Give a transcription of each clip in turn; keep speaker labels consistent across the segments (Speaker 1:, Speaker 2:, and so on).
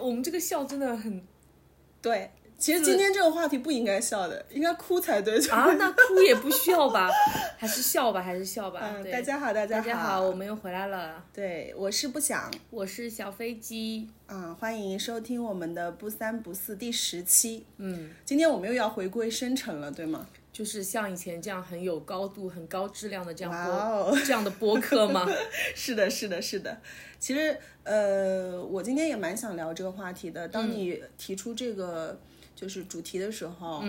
Speaker 1: 我们这个笑真的 很
Speaker 2: 对，其实今天这个话题不应该笑的，应该哭才对。 就是
Speaker 1: 啊，那哭也不需要吧？ 还是笑吧，还是笑吧。
Speaker 2: 嗯，
Speaker 1: 对
Speaker 2: 大家好，大家
Speaker 1: 大
Speaker 2: 好，
Speaker 1: 家好，我们又回来了，
Speaker 2: 对，我是不想，
Speaker 1: 我是小飞机。
Speaker 2: 嗯，欢迎收听我们的不三不四第十期。
Speaker 1: 嗯，
Speaker 2: 今天我们又要回归深沉了，对吗？
Speaker 1: 就是像以前这样很有高度、很高质量的这样播、
Speaker 2: 哇哦
Speaker 1: 这样的播客 吗？
Speaker 2: 是的，是的，是的。其实，呃，我今天也蛮想聊这个话题的。当你
Speaker 1: 嗯
Speaker 2: 提出这个就是主题的时候，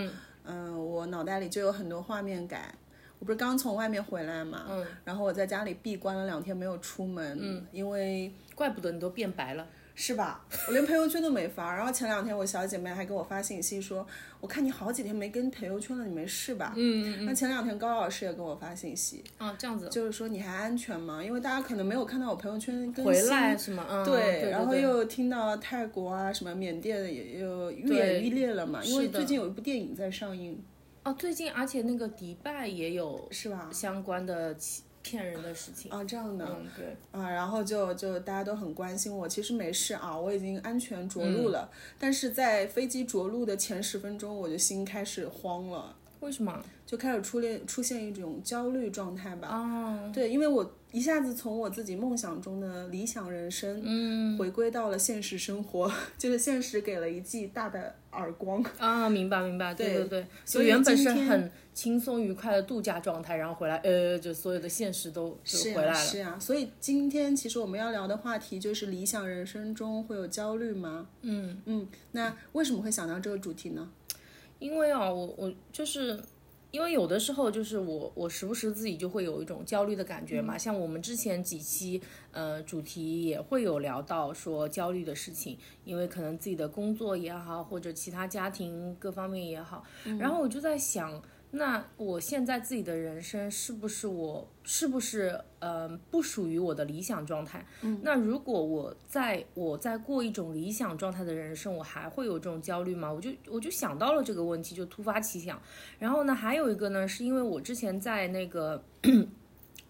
Speaker 2: 嗯，我脑袋里就有很多画面感。我不是刚从外面回来嘛，嗯，然后我在家里闭关了两天，没有出门，嗯，因为
Speaker 1: 哎怪不得你都变白了。
Speaker 2: 是吧？我连朋友圈都没发。然后前两天我小姐妹还给我发信息说，我看你好几天没跟朋友圈了，你没事吧？嗯嗯。那前两天高老师也给我发信息，
Speaker 1: 啊，这样子
Speaker 2: 就是说你还安全吗？因为大家可能没有看到我朋友圈更新。
Speaker 1: 回来是吗？嗯，对对
Speaker 2: 然后
Speaker 1: 对
Speaker 2: 又听到泰国啊、什么缅甸也又愈演愈烈了嘛，因为
Speaker 1: 是的
Speaker 2: 最近有一部电影在上映，
Speaker 1: 哦，最近而且那个迪拜也有
Speaker 2: 是吧？
Speaker 1: 相关的欺骗人的事情。
Speaker 2: 啊，这样的
Speaker 1: 嗯，对，
Speaker 2: 啊，然后就就大家都很关心我，其实没事啊，我已经安全着
Speaker 1: 嗯
Speaker 2: 陆了。但是在飞机着陆的前十分钟，我就心开始慌了，
Speaker 1: 为什么？
Speaker 2: 就开始出现出现一种焦虑状态吧。
Speaker 1: 哦，
Speaker 2: 对，因为我一下子从我自己梦想中的理想人生，嗯，回归到了现实生活， 就是现实给了一记大的耳光。
Speaker 1: 啊，明白明白，对
Speaker 2: 对
Speaker 1: 对对，
Speaker 2: 所
Speaker 1: 就
Speaker 2: 以
Speaker 1: 原本
Speaker 2: 今
Speaker 1: 是
Speaker 2: 天
Speaker 1: 很轻松愉快的度假状态，然后回来，呃，就所有的现实都就是回
Speaker 2: 呀
Speaker 1: 来了。
Speaker 2: 是呀、所以今天其实我们要聊的话题就是理想人生中会有焦虑吗？嗯嗯，那为什么会想到这个主题呢？
Speaker 1: 因为啊，我我就是因为有的时候就是我我时不时自己就会有一种焦虑的感觉嘛。
Speaker 2: 嗯
Speaker 1: 像我们之前几期呃主题也会有聊到说焦虑的事情，因为可能自己的工作也好，或者其他家庭各方面也好，
Speaker 2: 嗯
Speaker 1: 然后我就在想。那我现在自己的人生是不是我是不是呃不属于我的理想状态？嗯，那如果我在我在过一种理想状态的人生，我还会有这种焦虑吗？我就我就想到了这个问题，就突发奇想。然后呢，还有一个呢，是因为我之前在那个。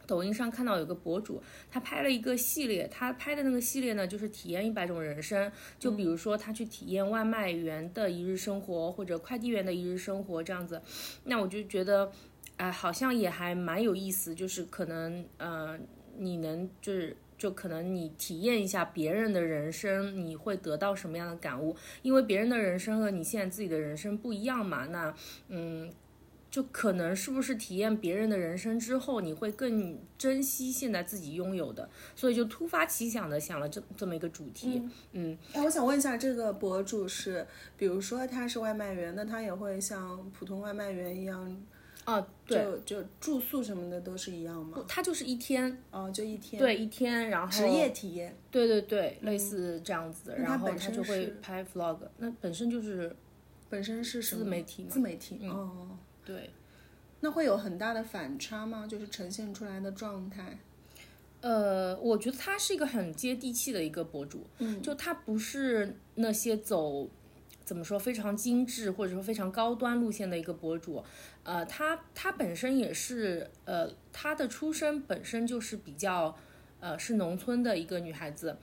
Speaker 1: 抖音上看到有个博主，他拍了一个系列，他拍的那个系列呢，就是体验一百种人生，就比如说他去体验外卖员的一日生活，或者快递员的一日生活这样子。那我就觉得，哎，好像也还蛮有意思，就是可能，呃，你能就是。就可能你体验一下别人的人生，你会得到什么样的感悟？因为别人的人生和你现在自己的人生不一样嘛。那，嗯，就可能是不是体验别人的人生之后，你会更珍惜现在自己拥有的？所以就突发奇想的想了这这么一个主题。嗯
Speaker 2: 哎，我想问一下，这个博主是，比如说他是外卖员，那他也会像普通外卖员一样，
Speaker 1: 啊，对，
Speaker 2: 就就住宿什么的都是一样吗？
Speaker 1: 它就是一天，
Speaker 2: 哦，就一天。
Speaker 1: 嗯对一天，然后
Speaker 2: 职业体验，
Speaker 1: 对对对，类似这样子，
Speaker 2: 那它
Speaker 1: 然后
Speaker 2: 本
Speaker 1: 他
Speaker 2: 身
Speaker 1: 就会
Speaker 2: 是
Speaker 1: 拍 vlog，那本身就是
Speaker 2: 本身是什么
Speaker 1: 自媒体嘛嗯
Speaker 2: 自媒体，哦，
Speaker 1: 对，
Speaker 2: 那会有很大的反差吗？就是呈现出来的状态，
Speaker 1: 呃，我觉得他是一个很接地气的一个博主，嗯，就他不是那些走怎么说非常精致或者说非常高端路线的一个博主，呃，他他本身也是呃，他的出身本身就是比较呃是农村的一个女孩子，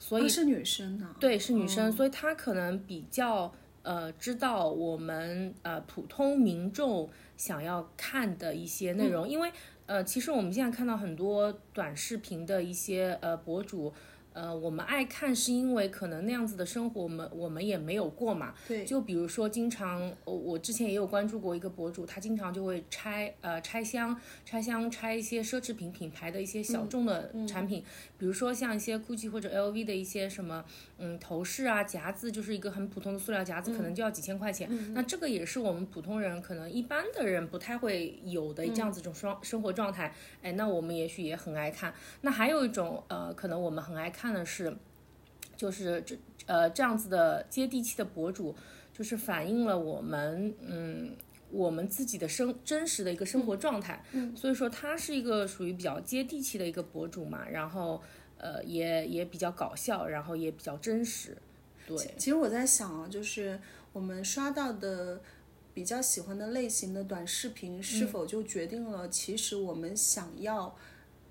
Speaker 1: 所以
Speaker 2: 啊是女生呢、
Speaker 1: 对，是女生，所以她可能比较呃知道我们呃普通民众想要看的一些内容，因为呃其实我们现在看到很多短视频的一些呃博主。呃，我们爱看是因为可能那样子的生活，我们我们也没有过嘛。
Speaker 2: 对，
Speaker 1: 就比如说，经常我我之前也有关注过一个博主，他经常就会拆呃拆箱、拆箱拆一些奢侈品品牌的一些小众的产品，比如说像一些 GUCCI 或者 LV 的一些什么嗯头饰啊、夹子，就是一个很普通的塑料夹子，可能就要几千块钱。那这个也是我们普通人可能一般的人不太会有的这样子一种生生活状态。哎，那我们也许也很爱看。那还有一种呃，可能我们很爱看的是，就是这呃这样子的接地气的博主，就是反映了我们嗯。我们自己的生真实的一个生活状态，所以说他是一个属于比较接地气的一个博主嘛，然后呃也也比较搞笑，然后也比较真实，对，
Speaker 2: 其其实我在想啊，就是我们刷到的比较喜欢的类型的短视频，
Speaker 1: 嗯
Speaker 2: 是否就决定了其实我们想要，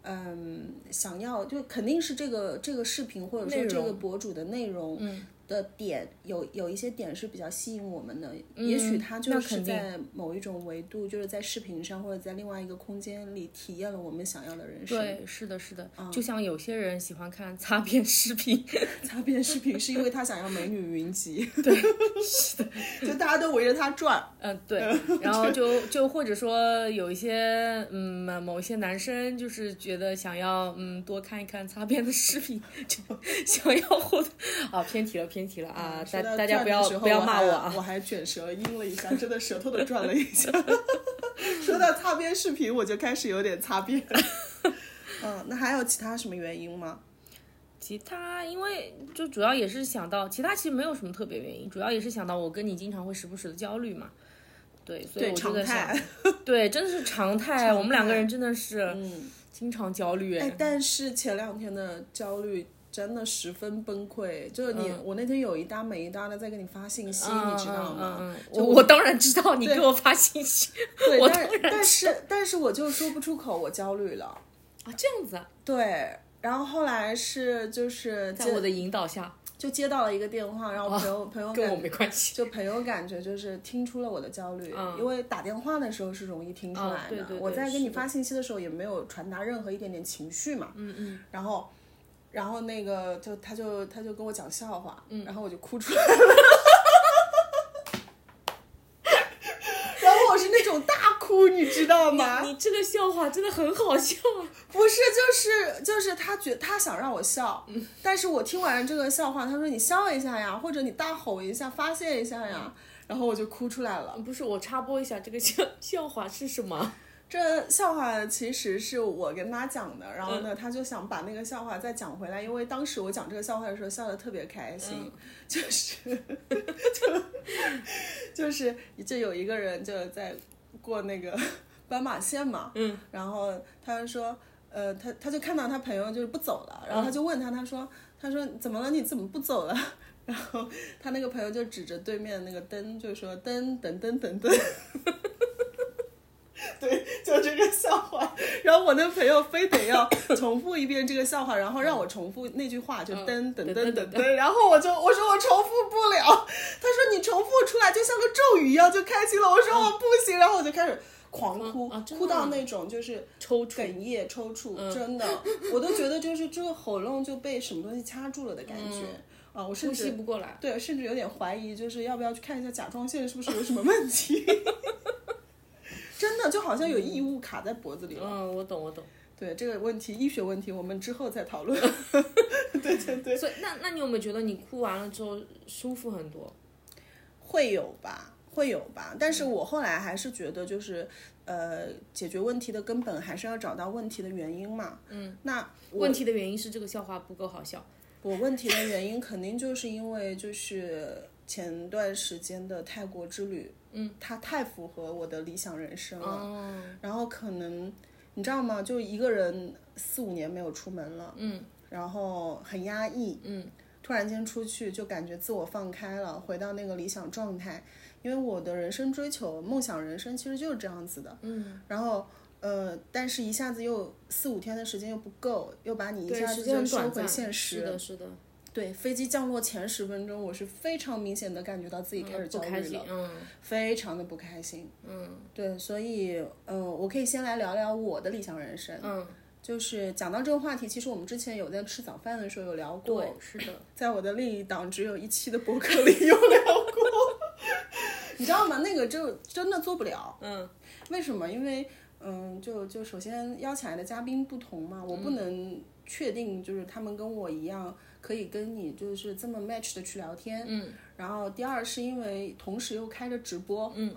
Speaker 2: 嗯，想要就肯定是这个这个视频或者
Speaker 1: 内
Speaker 2: 说这
Speaker 1: 容
Speaker 2: 个博主的内容，嗯，的点有有一些点是比较吸引我们的，也许他就
Speaker 1: 嗯那
Speaker 2: 是
Speaker 1: 肯定
Speaker 2: 在某一种维度，就是在视频上或者在另外一个空间里体验了我们想要的人生。
Speaker 1: 对，是的，是的，就像有些人喜欢看 擦边视频，
Speaker 2: 擦边视频是因为他想要美女云集，对， 是的，就大家都围着他转，
Speaker 1: 嗯，对，然后就就或者说有一些嗯某某一些男生就是觉得想要嗯多看一看擦边的视频，就想要获得啊偏题了偏题了啊，大
Speaker 2: 嗯说到
Speaker 1: 大家
Speaker 2: 转
Speaker 1: 不
Speaker 2: 的
Speaker 1: 要
Speaker 2: 时候
Speaker 1: 不要骂
Speaker 2: 我
Speaker 1: 我
Speaker 2: 还
Speaker 1: 啊，
Speaker 2: 我还卷舌音了一下，真的舌头都转了一下。 说到擦边视频，我就开始有点擦边。 嗯，那还有其他什么原因吗？
Speaker 1: 其他因为就主要也是想到其他其实没有什么特别原因，主要也是想到我跟你经常会时不时的焦虑嘛，对，所以我就
Speaker 2: 常
Speaker 1: 在想
Speaker 2: 态，。
Speaker 1: 对，真的是常态，
Speaker 2: 常
Speaker 1: 我们两个
Speaker 2: 态
Speaker 1: 人真的是
Speaker 2: 嗯，
Speaker 1: 经常焦虑，嗯
Speaker 2: 哎，但是前两天的焦虑真的十分崩溃，就是你，我那天有一搭没一搭的在给你发信息，
Speaker 1: 嗯
Speaker 2: 你知道吗？
Speaker 1: 嗯嗯嗯、
Speaker 2: 就
Speaker 1: 我
Speaker 2: 我
Speaker 1: 我当然知道，你给我发信息
Speaker 2: 对，
Speaker 1: 我
Speaker 2: 但
Speaker 1: 当然
Speaker 2: 但是但是我就说不出口，我焦虑了。
Speaker 1: 啊，这样子啊，
Speaker 2: 对，然后后来是就是
Speaker 1: 在
Speaker 2: 接
Speaker 1: 我的引导下，
Speaker 2: 就接到了一个电话，然后朋友、朋友
Speaker 1: 跟
Speaker 2: 感
Speaker 1: 我没关系。
Speaker 2: 就朋友感觉就是听出了我的焦虑，
Speaker 1: 嗯
Speaker 2: 因为打电话的时候是容易听出来的。
Speaker 1: 嗯对对对
Speaker 2: 我在给
Speaker 1: 是
Speaker 2: 你
Speaker 1: 的
Speaker 2: 发信息的时候也没有传达任何一点点情绪嘛。
Speaker 1: 嗯嗯，
Speaker 2: 然后，然后那个就他就他就跟我讲笑话，
Speaker 1: 嗯
Speaker 2: 然后我就哭出来了。 然后我是那种大哭，你知道吗？
Speaker 1: 你这个笑话真的很好笑 啊！
Speaker 2: 不是，就是就是他觉他想让我笑，
Speaker 1: 嗯
Speaker 2: 但是我听完这个笑话，他说你笑一下呀，或者你大吼一下发泄一下
Speaker 1: 嗯
Speaker 2: 呀，然后我就哭出来了。
Speaker 1: 不是，我插播一下，这个笑笑话是什么？
Speaker 2: 这笑话其实是我跟他讲的，然后呢，他就想把那个笑话再讲回来，因为当时我讲这个笑话的时候笑得特别开心， 就是就就是就有一个人就在过那个斑马线嘛，嗯，然后他就说，呃，他他就看到他朋友就是不走了，然后他就问他，他说他说怎么了？你怎么不走了？ 然后他那个朋友就指着对面那个灯，就说灯 等等等等。对，就这个笑话。然后我那朋友非得要重复一遍这个笑话，然后让我重复那句话，就
Speaker 1: 嗯
Speaker 2: 噔噔
Speaker 1: 噔噔
Speaker 2: 噔噔
Speaker 1: 噔
Speaker 2: 噔。然后我就我说我重复不了， 他说你重复出来就像个咒语一样，就开心了。我说我不行，然后我就开始狂哭，
Speaker 1: 啊真的嗯
Speaker 2: 哭到
Speaker 1: 啊
Speaker 2: 那种就是
Speaker 1: 抽搐
Speaker 2: 哽咽、抽搐，真的，我都觉得就是这个喉咙就被什么东西掐住了的感
Speaker 1: 嗯
Speaker 2: 觉、啊！我甚
Speaker 1: 呼吸
Speaker 2: 至
Speaker 1: 不过来。
Speaker 2: 对，甚至有点怀疑，就是要不要去看一下甲状腺是不是有什么问题？ 真的，就好像有异物卡在脖子里了。
Speaker 1: 嗯，我懂，我懂。
Speaker 2: 对这个问题，医学问题，我们之后再讨论。对对 对，
Speaker 1: 所以，那那你有没有觉得你哭完了之后舒服很多？
Speaker 2: 会有吧，会有吧。但是我后来还是觉得，就是呃，解决问题的根本还是要找到问题的原因嘛。嗯，那我
Speaker 1: 问题的原因是这个笑话不够好笑。
Speaker 2: 我问题的原因肯定就是因为就是前段时间的泰国之旅，嗯，它太符合我的理想人生了。
Speaker 1: 哦，
Speaker 2: 然后可能你知道吗？就一个人四五年没有出门了，嗯，然后很压抑，嗯，突然间出去就感觉自我放开了，回到那个理想状态。因为我的人生追求、梦想人生其实就是这样子的，嗯，然后。呃，但是一下子又四五天的时间又不够，又把你一
Speaker 1: 对，
Speaker 2: 下
Speaker 1: 时
Speaker 2: 子
Speaker 1: 间
Speaker 2: 就
Speaker 1: 很
Speaker 2: 收
Speaker 1: 短
Speaker 2: 回
Speaker 1: 暂。
Speaker 2: 现实
Speaker 1: 是，的，是的，
Speaker 2: 对，飞机降落前十分钟，我是非常明显的感觉到自己开
Speaker 1: 嗯
Speaker 2: 始
Speaker 1: 不
Speaker 2: 焦
Speaker 1: 开
Speaker 2: 虑
Speaker 1: 心
Speaker 2: 了，。
Speaker 1: 嗯
Speaker 2: 非常的不开心。
Speaker 1: 嗯
Speaker 2: 对，所以，呃，我可以先来聊聊我的理想人生。
Speaker 1: 嗯，
Speaker 2: 就是讲到这个话题，其实我们之前有在吃早饭的时候有聊过，
Speaker 1: 对，是的。
Speaker 2: 在我的另一档只有一期的博客里有聊过。 你知道吗？那个就真的做不了。
Speaker 1: 嗯，
Speaker 2: 为什么？因为，嗯，就就首先邀请来的嘉宾不同嘛，我不
Speaker 1: 嗯
Speaker 2: 能确定就是他们跟我一样可以跟你就是这么 match 的去聊天。嗯。然后第二是因为同时又开着直播。嗯。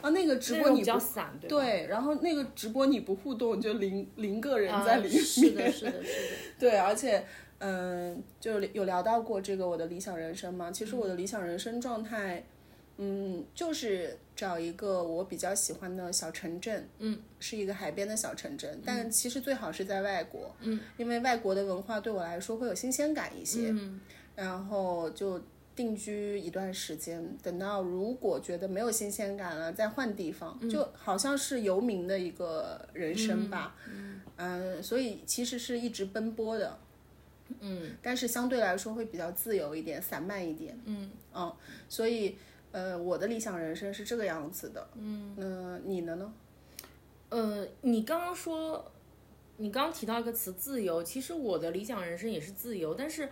Speaker 2: 啊，那个直
Speaker 1: 内
Speaker 2: 播
Speaker 1: 容
Speaker 2: 你
Speaker 1: 比较散，对吧？
Speaker 2: 对，然后那个直播你不互动，你就零零个人
Speaker 1: 啊
Speaker 2: 在里面。
Speaker 1: 是的，是的，是的。
Speaker 2: 对，而且，嗯、就是有聊到过这个我的理想人生嘛。其实我的理想人生状态，嗯，就是找一个我比较喜欢的小城镇，嗯，是一个海边的小城镇，但其实最好是在外国，嗯，因为外国的文化对我来说会有新鲜感一些，嗯，然后就。定居一段时间，等到如果觉得没有新鲜感了，再换地方，就好像是游民的呃一个人生吧。嗯，所以其实是一直奔波的。嗯，但是相对来说会比较自由一点，散漫一点，嗯嗯，所以呃，我的理想人生是这个样子的，嗯，呃，你的呢？
Speaker 1: 呃，你刚刚说，你刚刚提到一个词“自由”，其实我的理想人生也是自由，但是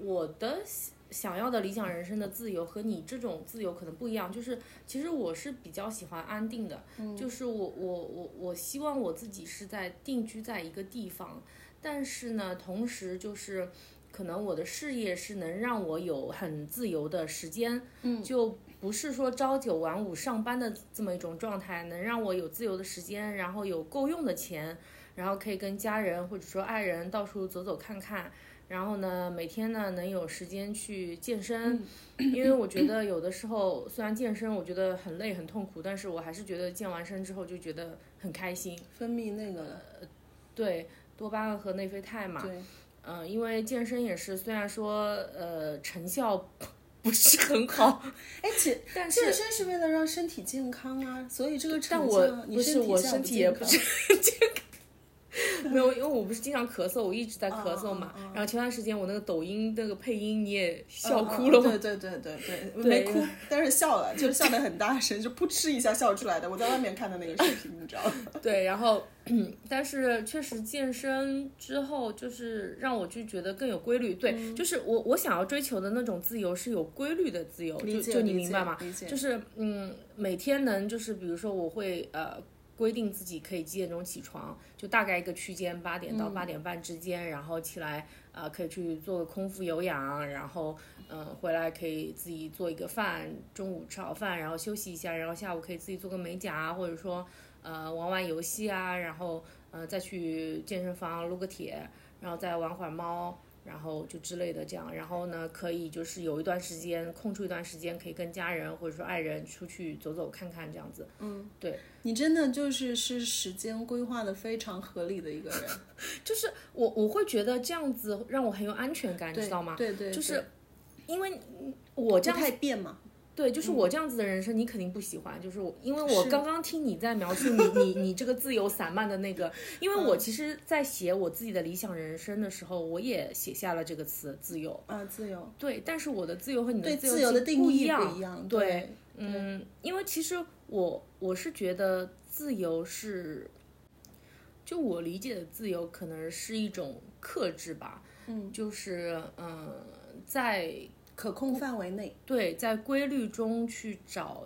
Speaker 1: 我的想想要的理想人生的自由和你这种自由可能不一样。就是其实我是比较喜欢安定的，就是我我我我希望我自己是在定居在一个地方，但是呢，同时就是。可能我的事业是能让我有很自由的时间，嗯，就不是说朝九晚五上班的这么一种状态，能让我有自由的时间，然后有够用的钱，然后可以跟家人或者说爱人到处走走看看，然后呢，每天呢能有时间去健身，因为我觉得有的时候虽然健身我觉得很累很痛苦，但是我还是觉得健完身之后就觉得很开心，
Speaker 2: 分泌那个了，
Speaker 1: 对，多巴胺和内啡肽嘛，
Speaker 2: 对，
Speaker 1: 嗯，因为健身也是，虽然说呃成效 不不是很好，
Speaker 2: 哎，其
Speaker 1: 但是
Speaker 2: 健身是为了让身体健康啊，所以这个
Speaker 1: 但
Speaker 2: 成
Speaker 1: 我
Speaker 2: 像你
Speaker 1: 不是我
Speaker 2: 体
Speaker 1: 身
Speaker 2: 身
Speaker 1: 体也不
Speaker 2: 不
Speaker 1: 是没有，因为我不是经常咳嗽，我一直在咳嗽嘛。
Speaker 2: 嗯
Speaker 1: 然后前段时间我那个抖音那个配音你也
Speaker 2: 嗯
Speaker 1: 笑哭了嘛，
Speaker 2: 对对对对对，没哭，但是笑了，就是笑得很大声，就噗嗤一下笑出来的。我在外面看的那个视频，你知道 吗？
Speaker 1: 对，然后 但是确实健身之后，就是让我就觉得更有规律。对，
Speaker 2: 嗯
Speaker 1: 就是我我想要追求的那种自由是有规律的自由，就
Speaker 2: 理解
Speaker 1: 就你
Speaker 2: 理
Speaker 1: 明白
Speaker 2: 解
Speaker 1: 吗
Speaker 2: 理？解
Speaker 1: 就是嗯，每天能就是比如说我会呃。规定自己可以几点钟起床，就大概一个区间，八点
Speaker 2: 嗯
Speaker 1: 到八点半之间，然后起来，呃，可以去做个空腹有氧，然后，嗯、回来可以自己做一个饭，中午吃好饭，然后休息一下，然后下午可以自己做个美甲，或者说，呃玩玩游戏啊，然后呃再去健身房撸个铁，然后再玩会儿猫，然后就之类的这样。然后呢，可以就是有一段时间空出一段时间，可以跟家人或者说爱人出去走走看看这样子。嗯，对，
Speaker 2: 你真的就是是时间规划的非常合理的一个人，
Speaker 1: 就是我我会觉得这样子让我很有安全 感，你知道吗？
Speaker 2: 对对，
Speaker 1: 就是
Speaker 2: 对
Speaker 1: 因为我这样
Speaker 2: 不太变嘛，
Speaker 1: 对，
Speaker 2: 嗯
Speaker 1: 就是我这样子的人生，你肯定不喜欢。就是我，因为我
Speaker 2: 是
Speaker 1: 刚刚听你在描述 你你你这个自由散漫的那个，因为我
Speaker 2: 嗯
Speaker 1: 其实，在写我自己的理想人生的时候，我也写下了这个词“自由
Speaker 2: 啊，自由”。。
Speaker 1: 对，但是我的自由和你
Speaker 2: 对
Speaker 1: 自
Speaker 2: 自由的
Speaker 1: 其实
Speaker 2: 定
Speaker 1: 不
Speaker 2: 义
Speaker 1: 一
Speaker 2: 不
Speaker 1: 样
Speaker 2: 一。样，
Speaker 1: 对
Speaker 2: 对，
Speaker 1: 嗯，因为其实我我是觉得自由是，就我理解的自由可能是一种克制吧。嗯，就是嗯、呃在
Speaker 2: 可控范围内，
Speaker 1: 对，在规律中去找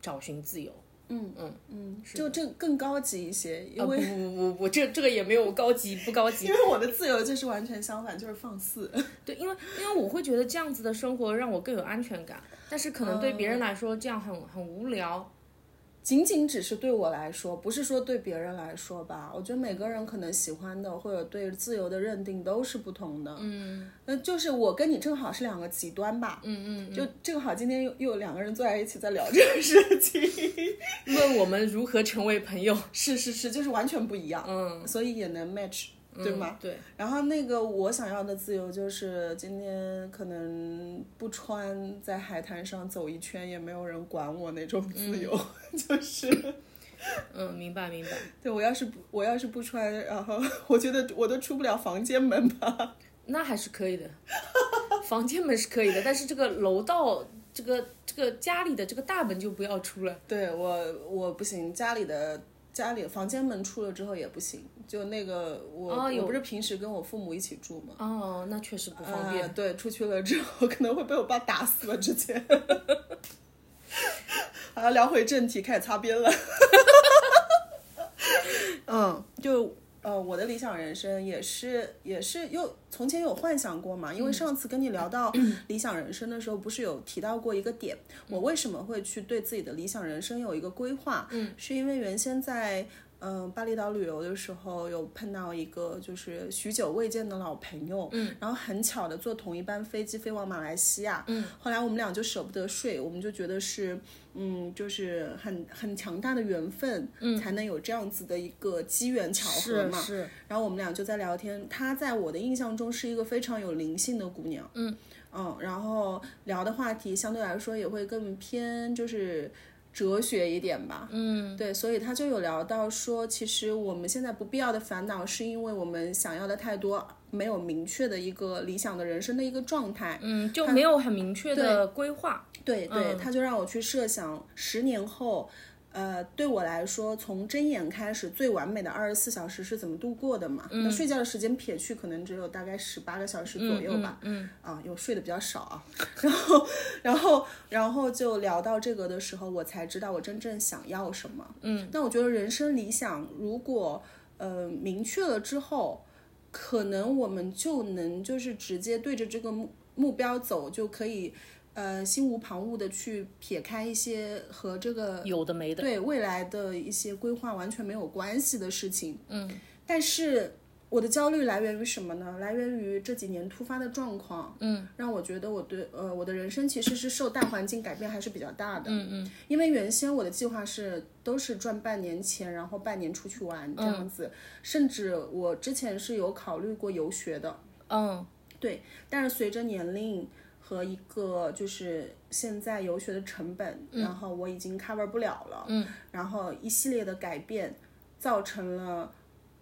Speaker 1: 找寻自由。嗯嗯，
Speaker 2: 嗯，
Speaker 1: 是
Speaker 2: 就这更高级一些，呃因
Speaker 1: 啊不
Speaker 2: 为
Speaker 1: 不不不，这这个也没有高级不高 级
Speaker 2: 因。为我的自由就是完全相反，就是放肆。
Speaker 1: 对，因为因为我会觉得这样子的生活让我更有安全感，但是可能对别人来说这样很很无 聊。
Speaker 2: 仅仅只是对我来说，不是说对别人来说吧。我觉得每个人可能喜欢的或者对自由的认定都是不同的。嗯，那就是我跟你正好是两个极端吧。嗯嗯就正好今天又又有两个人坐在一起在聊这个事情，
Speaker 1: 论我们如何成为朋友，
Speaker 2: 是是是，就是完全不一样。
Speaker 1: 嗯，
Speaker 2: 所以也能 match，对嗯吗？
Speaker 1: 对，
Speaker 2: 然后那个我想要的自由就是今天可能不穿，在海滩上走一圈也没有人管我那种自由，就是
Speaker 1: 嗯，明白明白。
Speaker 2: 对我要是不我要是不穿，然后我觉得我都出不了房间门吧。
Speaker 1: 那还是可以的，房间门是可以的，但是这个楼道，这个这个家里的这个大门就不要出了。
Speaker 2: 对我我不行，家里的。家里房间门出了之后也不行，就那个我、
Speaker 1: 哦有
Speaker 2: 我不是平时跟我父母一起住嘛，
Speaker 1: 哦，那确实不方便。
Speaker 2: 呃对，出去了之后可能会被我爸打死吧。之前， 好了，聊回正题，开始擦边 了。嗯，就呃，我的理想人生也是也是又从前有幻想过嘛，因
Speaker 1: 嗯
Speaker 2: 为上次跟你 聊到理想人生的时候，不是有提到过一个点，我为什么会去对自己的理想人生有一个规划？嗯，是因为原先在。嗯，巴厘岛旅游的时候有碰到一个就是许久未见的老朋友，嗯，然后很巧的坐同一班飞机飞往马来西亚，嗯，后来我们俩就舍不得睡，我们就觉得是，嗯，就是很很强大的缘分，嗯，才能有这样子的一个机缘巧合嘛，
Speaker 1: 是
Speaker 2: 然后我们俩就在聊天，她在我的印象中是一个非常有灵性的姑娘，嗯然后聊的话题相对来说也会更偏就是。哲学一点吧。
Speaker 1: 嗯，
Speaker 2: 对，所以他就有聊到说，其实我们现在不必要的烦恼，是因为我们想要的太多，没有明确的一个理想的人生的一个状态。
Speaker 1: 嗯，就没有很明确的规划。
Speaker 2: 哎对对，他就让我去设想十年后，呃，对我来说，从睁眼开始最完美的二十四小时是怎么度过的嘛？
Speaker 1: 嗯
Speaker 2: 那睡觉的时间撇去，可能只有大概十八个小时左右吧。
Speaker 1: 嗯，
Speaker 2: 啊，有睡得比较少啊。然后，然后，然后就聊到这个的时候，我才知道我真正想要什么。
Speaker 1: 嗯，
Speaker 2: 那我觉得人生理想如果呃明确了之后，可能我们就能就是直接对着这个目目标走，就可以。呃，心无旁骛的去撇开一些和这个
Speaker 1: 有的没的。
Speaker 2: 对未来的一些规划完全没有关系的事情。
Speaker 1: 嗯，
Speaker 2: 但是我的焦虑来源于什么呢？来源于这几年突发的状况。
Speaker 1: 嗯，
Speaker 2: 让我觉得我对呃我的人生其实是受大环境改变还是比较大的。
Speaker 1: 嗯嗯
Speaker 2: 因为原先我的计划是都是赚半年钱，然后半年出去玩这
Speaker 1: 嗯
Speaker 2: 样子，甚至我之前是有考虑过游学的。
Speaker 1: 嗯
Speaker 2: 对，但是随着年龄和一个就是现在游学的成本，然后我已经 cover 不了了，
Speaker 1: 嗯，
Speaker 2: 然后一系列的改变造成了，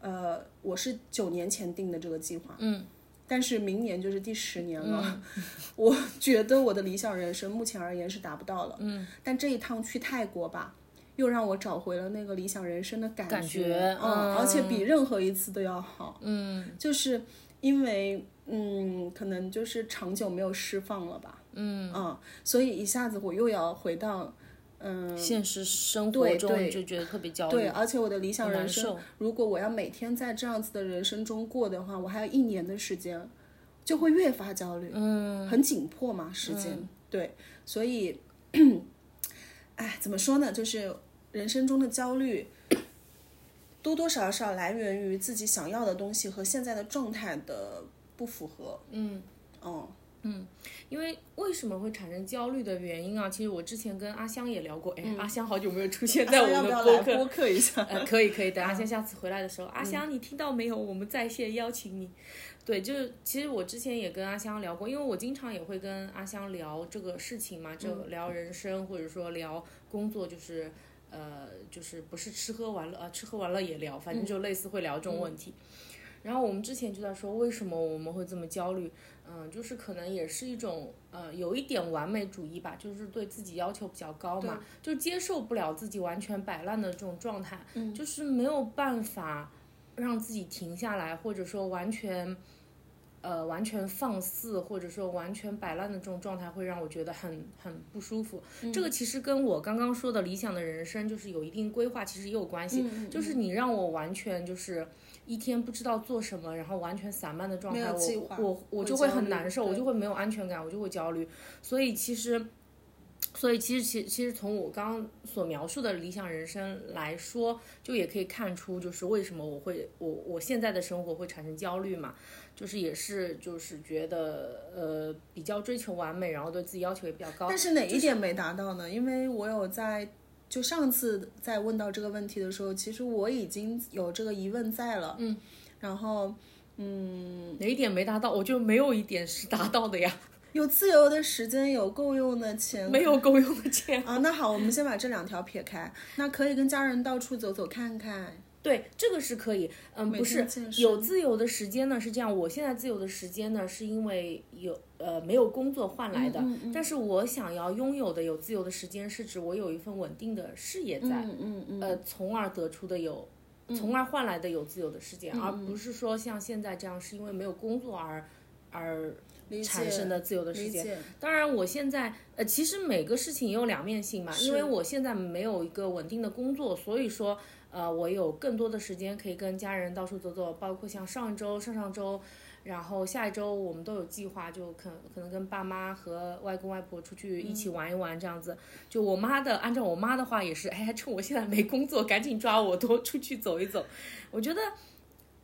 Speaker 2: 呃，我是九年前定的这个计划，
Speaker 1: 嗯，
Speaker 2: 但是明年就是第十年了， 我觉得我的理想人生目前而言是达不到了，嗯，但这一趟去泰国吧。又让我找回了那个理想人生的感
Speaker 1: 感
Speaker 2: 觉，
Speaker 1: 觉
Speaker 2: 嗯，而且
Speaker 1: 嗯
Speaker 2: 比任何一次都要好，
Speaker 1: 嗯
Speaker 2: 就是因为嗯，可能就是长久没有释放了吧，
Speaker 1: 嗯，
Speaker 2: 嗯，所以一下子我又要回到嗯。
Speaker 1: 现实生活
Speaker 2: 对
Speaker 1: 中
Speaker 2: 对
Speaker 1: 你就觉得特别焦虑，嗯
Speaker 2: 对，而且我的理想
Speaker 1: 很
Speaker 2: 人
Speaker 1: 难
Speaker 2: 生
Speaker 1: 受，
Speaker 2: 如果我要每天在这样子的人生中过的话，我还有一年的时间，就会越发焦虑，
Speaker 1: 嗯，
Speaker 2: 很紧迫嘛，时间。对，所以，哎，怎么说呢？就是人生中的焦虑，多多少少来源于自己想要的东西和现在的状态的不符合。
Speaker 1: 嗯，
Speaker 2: 哦，
Speaker 1: 因为为什么会产生焦虑的原因啊？其实我之前跟阿香也聊过，哎，阿香好久没有出现在我
Speaker 2: 嗯啊要
Speaker 1: 们
Speaker 2: 不要
Speaker 1: 的
Speaker 2: 来
Speaker 1: 播客，
Speaker 2: 播客一下？嗯
Speaker 1: 呃，可以可以，等阿香下次回来的时候，阿香你听到没有？我们在线邀请你。对，就是其实我之前也跟阿香聊过，因为我经常也会跟阿香聊这个事情嘛，就
Speaker 2: 嗯
Speaker 1: 聊人生或者说聊工作，就是呃，就是不是吃喝玩乐啊，吃喝玩乐也聊，
Speaker 2: 嗯
Speaker 1: 反正就类似会聊这种问题。然后我们之前就在说，为什么我们会这么焦虑？嗯、就是可能也是一种呃，有一点完美主义吧，就是对自己要求比较高嘛，就接受不了自己完全摆烂的这种状态，
Speaker 2: 嗯
Speaker 1: 就是没有办法让自己停下来，或者说完全。呃，完全放肆或者说完全摆烂的这种状态，会让我觉得很很不舒服。
Speaker 2: 嗯
Speaker 1: 这个其实跟我刚刚说的理想的人生，就是有一定规划，其实也有关系。
Speaker 2: 嗯
Speaker 1: 就是你让我完全就是一天不知道做什么，然后完全散漫的状
Speaker 2: 没
Speaker 1: 态，
Speaker 2: 有计
Speaker 1: 我
Speaker 2: 划
Speaker 1: 我我
Speaker 2: 会
Speaker 1: 就会
Speaker 2: 焦
Speaker 1: 很
Speaker 2: 虑
Speaker 1: 难受，我
Speaker 2: 对
Speaker 1: 就会没有安全感，我就会焦虑。所以其实，所以其实其其实从我刚刚所描述的理想人生来说，就也可以看出，就是为什么我会我我现在的生活会产生焦虑嘛，就是也是就是觉得呃比较追求完美，然后对自己要求也比较高
Speaker 2: 但。是哪一点没达到呢？因为我有在。就上次在问到这个问题的时候，其实我已经有这个疑问在了，嗯，然后嗯
Speaker 1: 哪一点没达到，我就没有一点是达到的呀，
Speaker 2: 有自由的时间，有够用 的钱，
Speaker 1: 没有够用的钱。
Speaker 2: 啊，那好，我们先把这两条撇开。那可以跟家人到处走走看看，
Speaker 1: 对，这个是可以，嗯，
Speaker 2: 每
Speaker 1: 不是
Speaker 2: 天健身
Speaker 1: 有自由的时间呢，是这样。我现在自由的时间呢，是因为有呃没有工作换
Speaker 2: 嗯
Speaker 1: 来的，但是我想要拥有的有自由的时间，是指我有一份稳定的事业在，
Speaker 2: 嗯嗯嗯，
Speaker 1: 呃，从而得出的有，从而换来的有自由的时间，
Speaker 2: 嗯
Speaker 1: 而不是说像现在这样是因为没有工作而而
Speaker 2: 理解
Speaker 1: 产生的自由的时
Speaker 2: 理
Speaker 1: 间。
Speaker 2: 解，
Speaker 1: 当然，我现在呃，其实每个事情也有两面性嘛，
Speaker 2: 是
Speaker 1: 因为我现在没有一个稳定的工作，所以说呃，我有更多的时间可以跟家人到处走走，包括像上一周、上上周，然后下一周我们都有计划，就可可能跟爸妈和外公外婆出去一起玩一玩这样子。就我妈的，按照我妈的话也是，哎呀，趁我现在没工作，赶紧抓我多出去走一走。我觉得。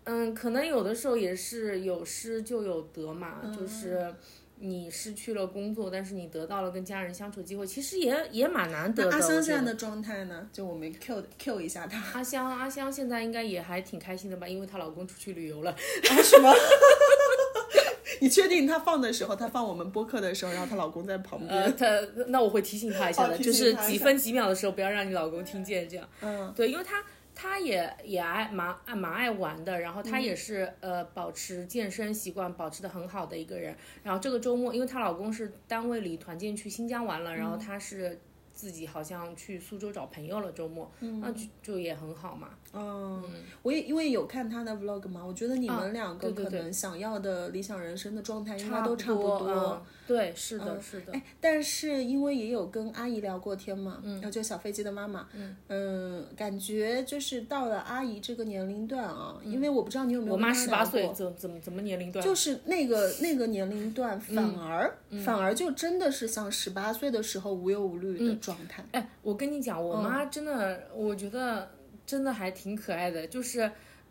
Speaker 1: 嗯，可能有的时候也是有失就有得嘛，
Speaker 2: 嗯
Speaker 1: 就是你失去了工作，但是你得到了跟家人相处的机会，其实也也蛮难得
Speaker 2: 那
Speaker 1: 的。
Speaker 2: 阿
Speaker 1: 我觉
Speaker 2: 香现在
Speaker 1: 得
Speaker 2: 的状态呢？就我们 Q Q 一下她。
Speaker 1: 阿香，阿香现在应该也还挺开心的吧，因为她老公出去旅游了。
Speaker 2: 啊什么？啊 你确定她放的时候，她放我们播客的时候，然后她老公在旁边？
Speaker 1: 呃，他那我会提醒他一下的，
Speaker 2: 哦提
Speaker 1: 就
Speaker 2: 醒
Speaker 1: 是
Speaker 2: 他一
Speaker 1: 几
Speaker 2: 下
Speaker 1: 分几秒的时候不要让你老公听见，这样。
Speaker 2: 嗯，
Speaker 1: 对，因为他他也也爱蛮爱蛮爱玩的，然后他
Speaker 2: 嗯
Speaker 1: 也是、呃保持健身习惯保持的很好的一个人。然后这个周末，因为她老公是单位里团建去新疆玩了，然
Speaker 2: 嗯
Speaker 1: 后她是自己好像去苏州找朋友了，周末，那就就也很好嘛。
Speaker 2: 嗯，我也因为有看她的 vlog 嘛，我觉得你们两个
Speaker 1: 啊对对
Speaker 2: 可
Speaker 1: 对
Speaker 2: 能想要的理想人生的状态应该都差
Speaker 1: 差
Speaker 2: 不多。
Speaker 1: 嗯，对，是的，是的，
Speaker 2: 哎，但是因为也有跟阿姨聊过天嘛，嗯，然后就小飞机的妈妈，嗯感觉就是到了阿姨这个年龄段啊，因为我不知道你有没有
Speaker 1: 嗯我妈
Speaker 2: 跟她
Speaker 1: 十八
Speaker 2: 聊
Speaker 1: 岁
Speaker 2: 过，
Speaker 1: 怎怎么怎么年龄段？
Speaker 2: 就是那个那个年龄段，
Speaker 1: 嗯
Speaker 2: 反而、反而就真的是像十八岁的时候无忧无虑的状态，
Speaker 1: 哎，我跟你讲，我
Speaker 2: 嗯
Speaker 1: 妈真的，我觉得真的还挺可爱的。就是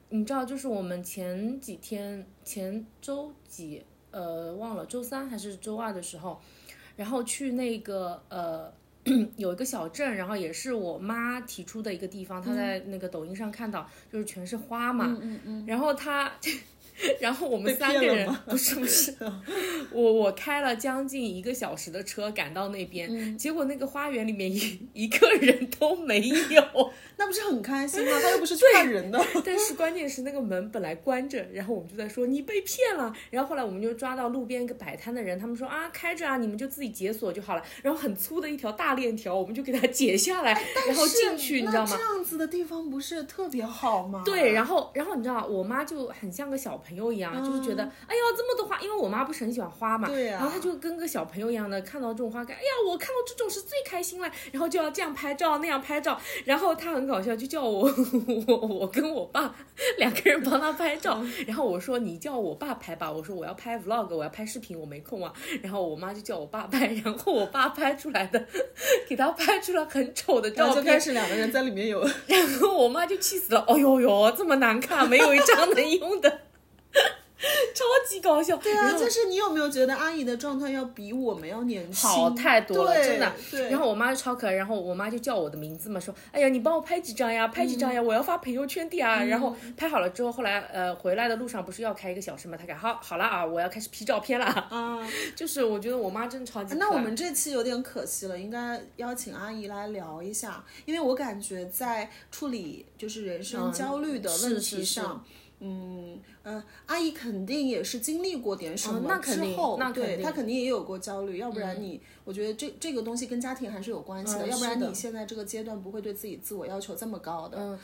Speaker 1: 你知道，就是我们前几天前周几，呃，忘了周三还是周二的时候，然后去那个呃。 有一个小镇，然后也是我妈提出的一个地方，她
Speaker 2: 嗯
Speaker 1: 在那个抖音上看到，就是全是花嘛，嗯嗯然后她， 然后我们
Speaker 2: 被
Speaker 1: 三
Speaker 2: 骗
Speaker 1: 个
Speaker 2: 了
Speaker 1: 人
Speaker 2: 吗
Speaker 1: 不是不是，我我开了将近一个小时的车赶到那边，结果那个花园里面一 一个人都没有。
Speaker 2: 那不是很开心吗？她又不是去看人的，
Speaker 1: 但是关键是那个门本来关着，然后我们就在说你被骗了。然后后来我们就抓到路边一个摆摊的人，他们说啊开着啊，你们就自己解锁就好了。然后很粗的一条大链条，我们就给它解下来，然后进去，你知道吗
Speaker 2: 那？这样子的地方不是特别好吗？
Speaker 1: 对，然后然后你知道，我妈就很像个小朋友一样，就是觉得，哎呀，这么多花，因为我妈不是很喜欢花嘛，
Speaker 2: 嗯对呀啊
Speaker 1: 然后她就跟个小朋友一样的，看到这种花开，哎呀，我看到这种是最开心了，然后就要这样拍照那样拍照，然后她很搞笑，就叫我 我我跟我爸两个人帮她拍照，
Speaker 2: 嗯
Speaker 1: 然后我说你叫我爸拍吧，我说我要拍 vlog，我要拍视频，我没空啊，然后我妈就叫我爸拍，然后我爸拍出来的， 给他拍出了很丑的
Speaker 2: 然
Speaker 1: 照
Speaker 2: 后就
Speaker 1: 片，
Speaker 2: 开始两个人在里面有。
Speaker 1: 然后 我妈就气死了，哎呦呦，这么难看，没有一张能用的，超级搞笑。
Speaker 2: 对啊，
Speaker 1: 然后
Speaker 2: 就是你有 没有觉得阿姨的状态要比我们要年轻
Speaker 1: 好太多了，
Speaker 2: 对
Speaker 1: 真的。
Speaker 2: 对，
Speaker 1: 然后我妈就超可爱，然后我妈就叫我的名字嘛，说，哎呀，你帮我拍几张呀，拍几
Speaker 2: 嗯
Speaker 1: 张呀，我要发朋友圈的啊。然后拍好了之后，后来呃回来的路上不是要开一个小时嘛，她改好好了啊，我要开始 P 照片了啊。
Speaker 2: 啊，
Speaker 1: 就是我觉得我妈真的超级可爱。
Speaker 2: 那我们这期有点可惜了，应该邀请阿姨来聊一下，因为我感觉在处理就是人生焦虑的
Speaker 1: 嗯
Speaker 2: 问
Speaker 1: 是
Speaker 2: 题
Speaker 1: 是是
Speaker 2: 上。嗯嗯、呃阿姨肯定也是经历过点什么，
Speaker 1: 嗯那肯定
Speaker 2: 之后
Speaker 1: 那肯
Speaker 2: 对
Speaker 1: 定
Speaker 2: 她肯定也有过焦虑，要不然你，我觉得这这个东西跟家庭还是有关系的，
Speaker 1: 嗯
Speaker 2: 要不然
Speaker 1: 是的
Speaker 2: 你现在这个阶段不会对自己自我要求这么高的。
Speaker 1: 嗯，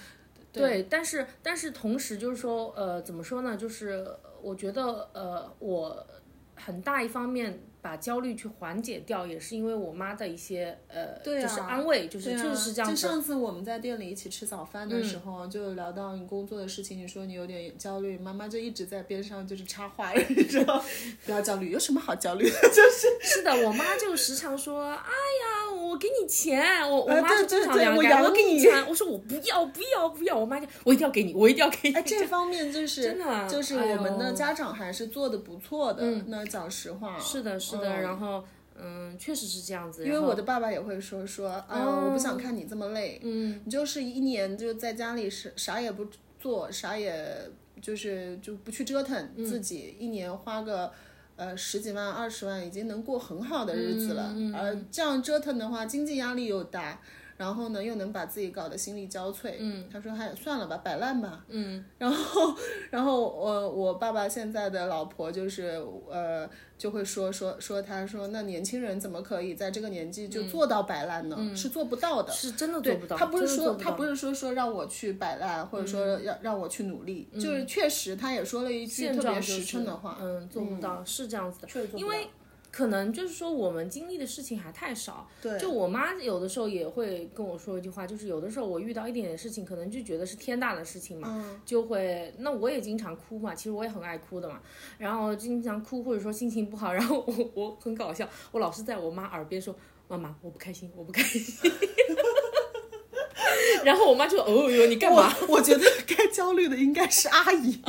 Speaker 1: 对，但是但是同时就是说，呃，怎么说呢？就是我觉得，呃，我很大一方面把焦虑去缓解掉，也是因为我妈的一些呃，
Speaker 2: 对啊
Speaker 1: 就是安慰，就是
Speaker 2: 对
Speaker 1: 确实
Speaker 2: 啊
Speaker 1: 是 这样
Speaker 2: 就
Speaker 1: 子。嗯
Speaker 2: 上次我们在店里一起吃早饭的时候，就聊到你工作的事情，你说你有点焦虑，妈妈就一直在边上就是插话， 你知道，不要焦虑，有什么好焦虑的？就是
Speaker 1: 是的，我妈就时常说：“哎呀，我给你钱。我”我
Speaker 2: 呃
Speaker 1: 妈
Speaker 2: 对
Speaker 1: 就经
Speaker 2: 对
Speaker 1: 常
Speaker 2: 对
Speaker 1: 两
Speaker 2: 我
Speaker 1: 感，
Speaker 2: 养
Speaker 1: 我给你
Speaker 2: 你
Speaker 1: 钱，我说我不要不要不要，我妈就我一定要给你，我一定要给你。
Speaker 2: 哎，这方面就是
Speaker 1: 真的啊
Speaker 2: 就是
Speaker 1: 哎呦嗯
Speaker 2: 我们的家长还是做的不错的。那讲实话，
Speaker 1: 是的，是的，
Speaker 2: 嗯
Speaker 1: 然后嗯，确实是这样子。
Speaker 2: 因为
Speaker 1: 然后哦
Speaker 2: 我的爸爸也会说说，哎呦，我不想看你这么累，嗯，你就是一年就在家里啥啥也不做，啥也就是就不去折腾
Speaker 1: 嗯
Speaker 2: 自己，一年花个呃十几万、二十万已经能过很好的日子了，
Speaker 1: 嗯
Speaker 2: 而这样折腾的话，经济压力又大。然后呢，又能把自己搞得心力交瘁。嗯，他说：“还算了吧，摆烂吧。”嗯， 然后，然后我我爸爸现在的老婆就是呃，就会说说说他说那年轻人怎么可以在这个年纪就做到摆烂呢？是做不到的。
Speaker 1: 是嗯真的做不到，
Speaker 2: 他不是
Speaker 1: 真的
Speaker 2: 说
Speaker 1: 做
Speaker 2: 他
Speaker 1: 到嗯
Speaker 2: 不是说说让我去摆烂，或者说让让我去努力，就是确实他也说了一句
Speaker 1: 现
Speaker 2: 特
Speaker 1: 状
Speaker 2: 别
Speaker 1: 就
Speaker 2: 实
Speaker 1: 是
Speaker 2: 诚的话，
Speaker 1: 嗯，做不到，是这样子的。
Speaker 2: 确实做不
Speaker 1: 因为可能就是说我们经历的事情还太少。
Speaker 2: 对
Speaker 1: 就我妈有的时候也会跟我说一句话，就是有的时候我遇到一点点事情，可能就觉得是天大的事情嘛，
Speaker 2: 嗯
Speaker 1: 就会那我也经常哭嘛，其实我也很爱哭的嘛，然后经常哭或者说心情不好，然后我我很搞笑，我老是在我妈耳边说。妈妈，我不开心，我不开心。 然后我妈就哦哟，你干嘛？
Speaker 2: 我我觉得该焦虑的应该是 阿姨，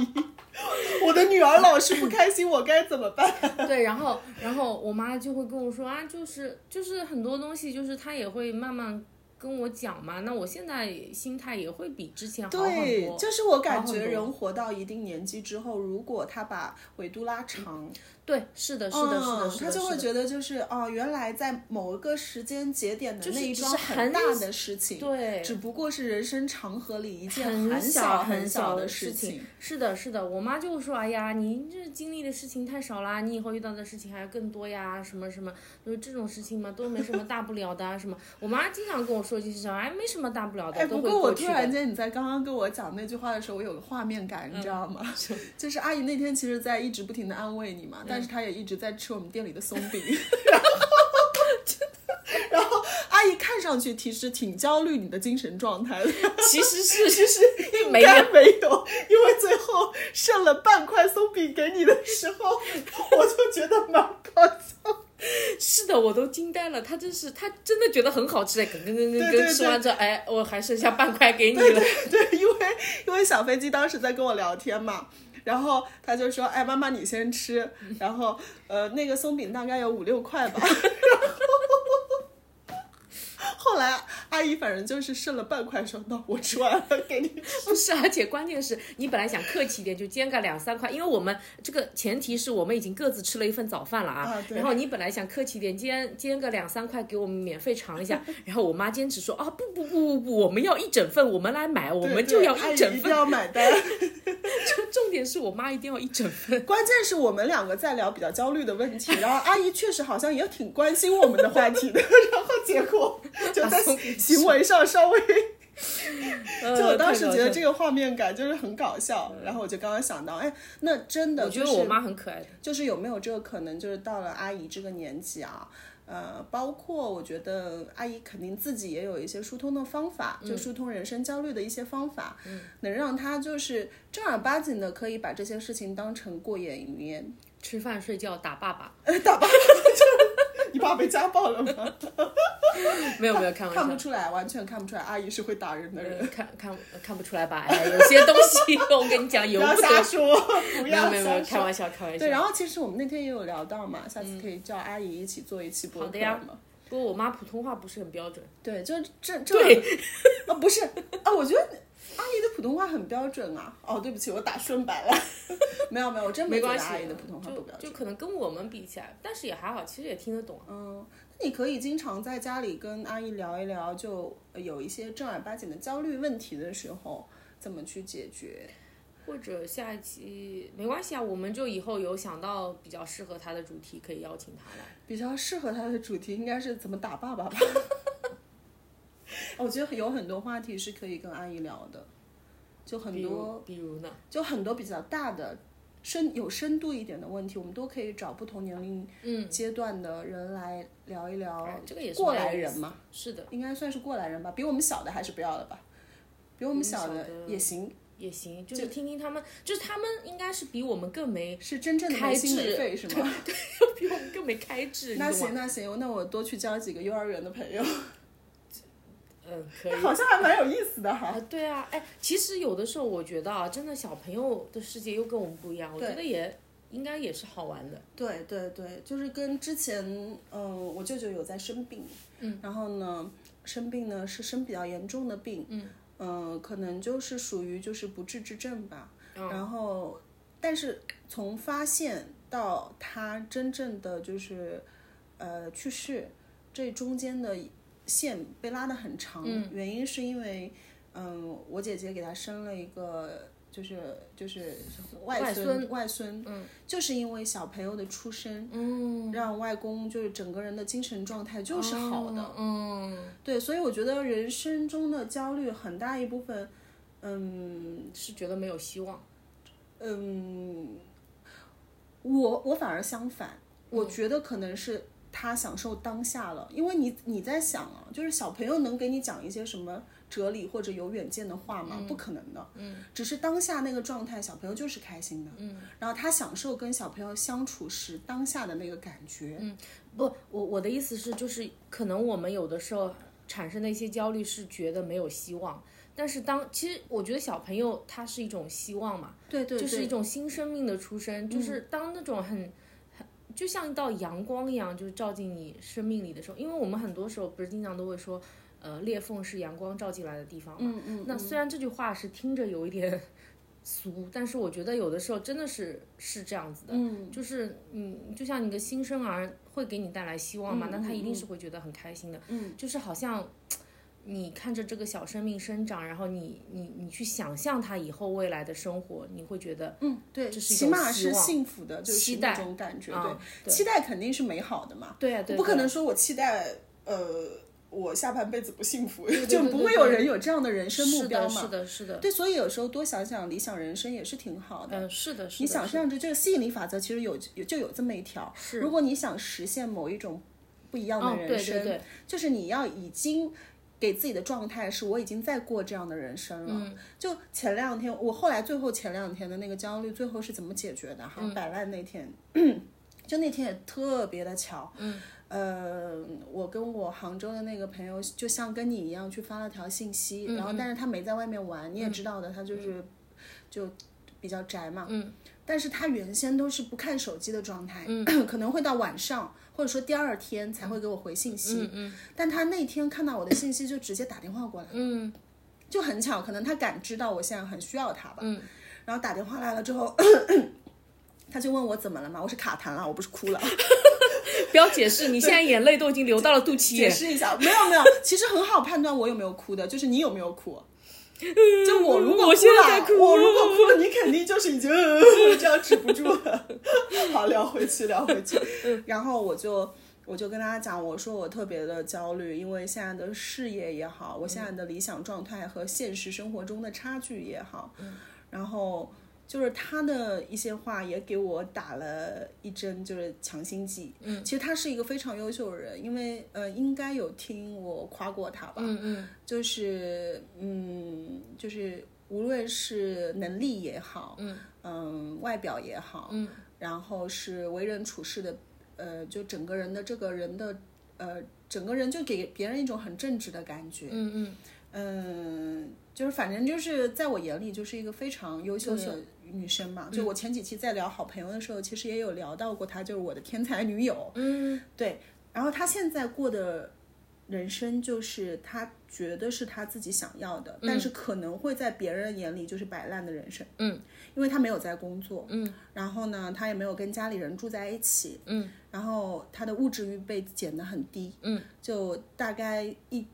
Speaker 2: 我的女儿老是不开心，我该怎么办？
Speaker 1: 对，然后然后我妈就会跟我说啊，就是就是很多东西，就是她也会慢慢跟我讲嘛。那我现在心态也会比之前好很
Speaker 2: 对，
Speaker 1: 多。
Speaker 2: 就是我感
Speaker 1: 好很
Speaker 2: 觉
Speaker 1: 多
Speaker 2: 人活到一定年纪之后，如果他把维度拉长，
Speaker 1: 对，嗯是的，是的，是的，
Speaker 2: 嗯
Speaker 1: 是，的
Speaker 2: 他就是会
Speaker 1: 的
Speaker 2: 觉得就是哦，原来在某一个时间节点的
Speaker 1: 就是
Speaker 2: 那一
Speaker 1: 只
Speaker 2: 桩
Speaker 1: 是
Speaker 2: 很
Speaker 1: 很
Speaker 2: 大的事情，
Speaker 1: 对
Speaker 2: 只不过是人生长河里一件
Speaker 1: 很
Speaker 2: 小
Speaker 1: 很
Speaker 2: 小
Speaker 1: 的
Speaker 2: 事
Speaker 1: 情。。是的，是的，我妈就说：“哎呀，你这经历的事情太少啦，你以后遇到的事情还要更多呀，什么什么，就是这种事情嘛，都没什么大不了的啊，什么。”我妈经常跟我说一句是啥，哎，没什么大不了的，
Speaker 2: 哎，
Speaker 1: 都
Speaker 2: 不
Speaker 1: 会
Speaker 2: 过我
Speaker 1: 过去
Speaker 2: 突
Speaker 1: 的。
Speaker 2: 然间，你在刚刚跟我讲那句话的时候，我有个画面感，你知道
Speaker 1: 嗯
Speaker 2: 吗？ 就是阿姨那天其实在一直不停的安慰你嘛，但是
Speaker 1: 嗯
Speaker 2: 她也一直在吃我们店里的松饼， 然后，然后阿姨看上去其实挺焦虑你的精神状态的，
Speaker 1: 其实是其实 没
Speaker 2: 应
Speaker 1: 有
Speaker 2: 该没有，因为最后剩了半块松饼给你的时候， 我就觉得蛮搞笑。
Speaker 1: 是的，我都惊呆了。他真是，他真的觉得很好吃哎，跟跟跟跟
Speaker 2: 对对
Speaker 1: 吃完之后，哎，我还剩下半块给你了。
Speaker 2: 对，因为因为小飞机当时在跟我聊天嘛，然后他就说：“哎，妈妈你先吃。”然后呃，那个松饼大概有五六块吧。 然后后来阿姨反正就是剩了半块，说：“那我吃完了，给你。
Speaker 1: 不是，而且关键是你本来想客气一点，就煎个两三块，因为我们这个前提是我们已经各自吃了一份早饭了啊。
Speaker 2: 啊对
Speaker 1: 然后你本来想客气一点，煎煎个两三块给我们免费尝一下，然后我妈坚持说啊不不不不不，我们要一整份，我们来买，”我
Speaker 2: 对
Speaker 1: 们
Speaker 2: 对
Speaker 1: 就要
Speaker 2: 阿姨
Speaker 1: 一
Speaker 2: 一
Speaker 1: 整
Speaker 2: 定
Speaker 1: 份。
Speaker 2: 要买单。
Speaker 1: 重点是我妈一定要一整份。
Speaker 2: 关键是我们两个在聊比较焦虑的问题，然后阿姨确实好像也挺关心我们的话题的， 然后结果就在
Speaker 1: 把松饼吃
Speaker 2: 行为上稍微 就我
Speaker 1: 呃
Speaker 2: 当时觉得，
Speaker 1: 太搞笑
Speaker 2: 这个画面感就是很搞笑，然后我就刚刚想到，哎，那真的
Speaker 1: 我觉
Speaker 2: 就
Speaker 1: 得我
Speaker 2: 是
Speaker 1: 妈很可爱的。
Speaker 2: 就是有没有这个可能，就是到了阿姨这个年纪啊，呃，包括我觉得阿姨肯定自己也有一些疏通的方法，
Speaker 1: 嗯
Speaker 2: 就疏通人生焦虑的一些方法，能让她就是正儿八经的可以把这些事情当成过眼云烟，
Speaker 1: 吃饭、睡觉、打爸 爸，
Speaker 2: 你爸被家暴了吗？
Speaker 1: 没有没有开玩
Speaker 2: 看
Speaker 1: 笑
Speaker 2: 不，出来，完全看不出来，阿姨是会打人的人。
Speaker 1: 呃看看看不出来吧？哎，有些东西 我跟你讲，由
Speaker 2: 不要
Speaker 1: 不
Speaker 2: 瞎
Speaker 1: 得。
Speaker 2: 说， 不
Speaker 1: 没有
Speaker 2: 要
Speaker 1: 没有没
Speaker 2: 瞎
Speaker 1: 有，开
Speaker 2: 说。
Speaker 1: 玩笑开玩笑
Speaker 2: 对，。然后其实我们那天也有聊到嘛，下次可以叫阿姨一起做一期播
Speaker 1: 好
Speaker 2: 客
Speaker 1: 的呀
Speaker 2: 嘛。
Speaker 1: 不过我妈普通话不是很标准。
Speaker 2: 对，就这这
Speaker 1: 对，
Speaker 2: 啊不是啊，我觉得阿姨的普通话很标准啊。哦，对不起，我打顺白了。 没有没有，我真
Speaker 1: 没
Speaker 2: 觉
Speaker 1: 关
Speaker 2: 得
Speaker 1: 系，
Speaker 2: 阿姨的普通话不标
Speaker 1: 就
Speaker 2: 准
Speaker 1: 就。可能跟我们比起来，但是也还好，其实也听得懂。
Speaker 2: 嗯，那你可以经常在家里跟阿姨聊一聊，就有一些正儿八经的焦虑问题的时候，怎么去解决。
Speaker 1: 或者下一期没关系啊，我们就以后有想到比较适合他的主题，可以邀请他来。
Speaker 2: 比较适合他的主题应该是怎么打爸爸吧。我觉得有很多话题是可以跟阿姨聊的，就很
Speaker 1: 比
Speaker 2: 多，
Speaker 1: 如，比如呢？
Speaker 2: 就很多比较大的、深有深度一点的问题，我们都可以找不同年龄
Speaker 1: 嗯，
Speaker 2: 阶段的人来聊一聊。
Speaker 1: 哎这个也是
Speaker 2: 过
Speaker 1: 蛮有
Speaker 2: 来
Speaker 1: 意
Speaker 2: 人
Speaker 1: 思
Speaker 2: 嘛，
Speaker 1: 的。是的，
Speaker 2: 应该算是过来人吧，比我们小的还是不要了吧，
Speaker 1: 比
Speaker 2: 比我
Speaker 1: 我
Speaker 2: 们
Speaker 1: 们
Speaker 2: 小的
Speaker 1: 小的
Speaker 2: 也行，
Speaker 1: 也行，就是听听他们，就是他们应该是比我们更没，
Speaker 2: 是真正的没
Speaker 1: 哎开
Speaker 2: 心没
Speaker 1: 智
Speaker 2: 肺是吗？
Speaker 1: 比我们更没开智，
Speaker 2: 那
Speaker 1: 你懂吗？
Speaker 2: 行那行，那我多去交几个幼儿园的朋友，
Speaker 1: 嗯，可以。
Speaker 2: 好像还蛮有意思的哈。
Speaker 1: 啊，对啊，哎，其实有的时候我觉得啊，真的小朋友的世界又跟我们不一样，我觉
Speaker 2: 对
Speaker 1: 得也应该也是好玩的。
Speaker 2: 对对对，就是跟之前，嗯、我舅舅有在生病，嗯，然后呢，生病呢是生比较严重的病，嗯，呃，可能就是属于就是不治之症吧，然后，但是从发现到他真正的就是，呃，去世，这中间的线被拉得很长，原因是因为，嗯、我姐姐给他生了一个。就是就是外
Speaker 1: 外
Speaker 2: 孙外孙，嗯，就是因为小朋友的出生，嗯，哦让外公就是整个人的精神状态就是好的，
Speaker 1: 嗯，
Speaker 2: 对，所以我觉得人生中的焦虑很大一部分，嗯，
Speaker 1: 嗯，是觉得没有希望。
Speaker 2: 嗯，我我反而相反，我
Speaker 1: 嗯
Speaker 2: 觉得可能是他享受当下了，因为你你在想啊，就是小朋友能给你讲一些什么哲理或者有远见的话吗？不可能的，嗯，只是当下那个状态，小朋友就是开心的，嗯，然后他享受跟小朋友相处时当下的那个感觉，
Speaker 1: 嗯不，我我的意思是，就是可能我们有的时候产生的一些焦虑是觉得没有希望，但是当其实我觉得小朋友他是一种希望嘛，
Speaker 2: 对对对，嗯
Speaker 1: 就是一种新生命的出生，就是当那种很。很就像一道阳光一样，就是照进你生命里的时候，因为我们很多时候不是经常都会说，呃，裂缝是阳光照进来的地方嘛。
Speaker 2: 嗯嗯，
Speaker 1: 那虽然这句话是听着有一点 俗，但是我觉得有的时候真的是是这样子的，
Speaker 2: 嗯
Speaker 1: 就是嗯，就像你的新生儿会给你带来希望嘛，
Speaker 2: 嗯
Speaker 1: 那他一定
Speaker 2: 嗯
Speaker 1: 是会觉得很开心的，
Speaker 2: 嗯，
Speaker 1: 就是好像你看着这个小生命生长，然后你你你去想象他以后未来的生活，你会觉得
Speaker 2: 嗯，对，
Speaker 1: 这是一
Speaker 2: 起
Speaker 1: 种
Speaker 2: 码
Speaker 1: 希
Speaker 2: 是
Speaker 1: 望
Speaker 2: 幸福的，就
Speaker 1: 期
Speaker 2: 是
Speaker 1: 待
Speaker 2: 那种感觉，
Speaker 1: 啊，
Speaker 2: 对，期待肯定是美好的嘛，
Speaker 1: 对啊，对
Speaker 2: 我
Speaker 1: 啊，
Speaker 2: 不可
Speaker 1: 对啊
Speaker 2: 能说我期待呃我下半辈子不幸 福，
Speaker 1: 对对
Speaker 2: 就
Speaker 1: 对
Speaker 2: 不
Speaker 1: 对
Speaker 2: 会
Speaker 1: 对
Speaker 2: 有人有这样的人生目标
Speaker 1: 是
Speaker 2: 嘛。
Speaker 1: 的，是的，是的，
Speaker 2: 对，所以有时候多想想理想人生也是挺好的。
Speaker 1: 嗯，是的，是
Speaker 2: 你
Speaker 1: 的
Speaker 2: 想
Speaker 1: 是的
Speaker 2: 象着这个吸引力法则，其实有有就有这么一条。
Speaker 1: 是
Speaker 2: 如果你想实现某一种不一样
Speaker 1: 哦
Speaker 2: 的人
Speaker 1: 对对
Speaker 2: 生，
Speaker 1: 对
Speaker 2: 就是你要已经给自己的状态是我已经在过这样的人生了。就前两天，我后来最后前两天的那个焦虑，最后是怎么解决的？哈，摆烂那天， 就那天也特别的巧。嗯。呃，我跟我杭州的那个朋友，就像跟你一样去发了条信息，然后但是他没在外面玩，你也知道的，他就是就比较宅嘛。嗯。但是他原先都是不看手机的状态， 可能会到晚上或者说第二天才会给我回信息。
Speaker 1: 嗯嗯
Speaker 2: 但他那天看到我的信息就直接打电话过来，
Speaker 1: 嗯
Speaker 2: 就很巧，可能他感知到我现在很需要他吧，
Speaker 1: 嗯
Speaker 2: 然后打电话来了之后， 他就问我怎么了嘛，我是卡痰了，我不是哭了，
Speaker 1: 不要解释，你现在眼泪都已经流到了肚脐
Speaker 2: 解
Speaker 1: 眼。
Speaker 2: 释一下，没有没有，其实很好判断我有没有哭的，就是你有没有哭。 就我如果
Speaker 1: 我
Speaker 2: 哭
Speaker 1: 现
Speaker 2: 了，
Speaker 1: 在在哭
Speaker 2: 我如果哭了，你肯定就是已 经这样止不住了。好，聊回去，聊回去。
Speaker 1: 嗯
Speaker 2: 然后我就我就跟大家讲，我说我特别的焦虑，因为现在的事业也好，
Speaker 1: 嗯
Speaker 2: 我现在的理想状态和现实生活中的差距也好，
Speaker 1: 嗯
Speaker 2: 然后就是他的一些话也给我打了一针就是强心剂。嗯，其实他是一个非常优秀的人，因为呃应该有听我夸过他吧。
Speaker 1: 嗯嗯
Speaker 2: 就是嗯，就是无论是能力也好，嗯外表也好，嗯，然后是为人处事的，呃，就整个人的这个人的呃，整个人就给别人一种很正直的感觉，
Speaker 1: 嗯嗯，
Speaker 2: 嗯，就是反正就是在我眼里就是一个非常优秀的女生嘛。就我前几期在聊好朋友的时候，其实也有聊到过她，就是我的天才女友。嗯，对。然后她现在过的人生，就是她觉得是她自己想要的，但是可能会在别人眼里就是摆烂的人生。
Speaker 1: 嗯，
Speaker 2: 因为她没有在工作。嗯，然后呢，她也没有跟家里人住在一起。嗯，然后她的物质欲被减得很低。嗯，就大概一。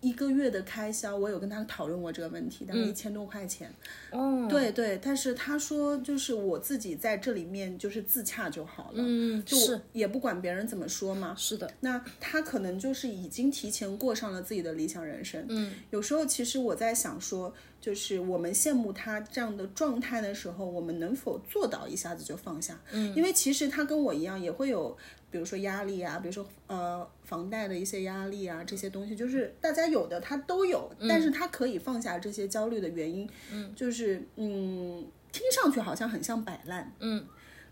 Speaker 2: 一个月的开销，我有跟他讨论过这个问题，大概一千多块钱。
Speaker 1: 哦，
Speaker 2: 对对，但是他说就是我自己在这里面就是自洽就好了，
Speaker 1: 嗯，
Speaker 2: 就是也不管别人怎么说嘛。
Speaker 1: 是的，
Speaker 2: 那他可能就是已经提前过上了自己的理想人生。嗯，有时候其实我在想说，就是我们羡慕他这样的状态的时候，我们能否做到一下子就放下？嗯，因为其实他跟我一样也会有，比如说压力啊，比如说呃房贷的一些压力啊，这些东西，就是大家有的他都有，但是他可以放下这些焦虑的原因，嗯，就是嗯，听上去好像很像摆烂，
Speaker 1: 嗯，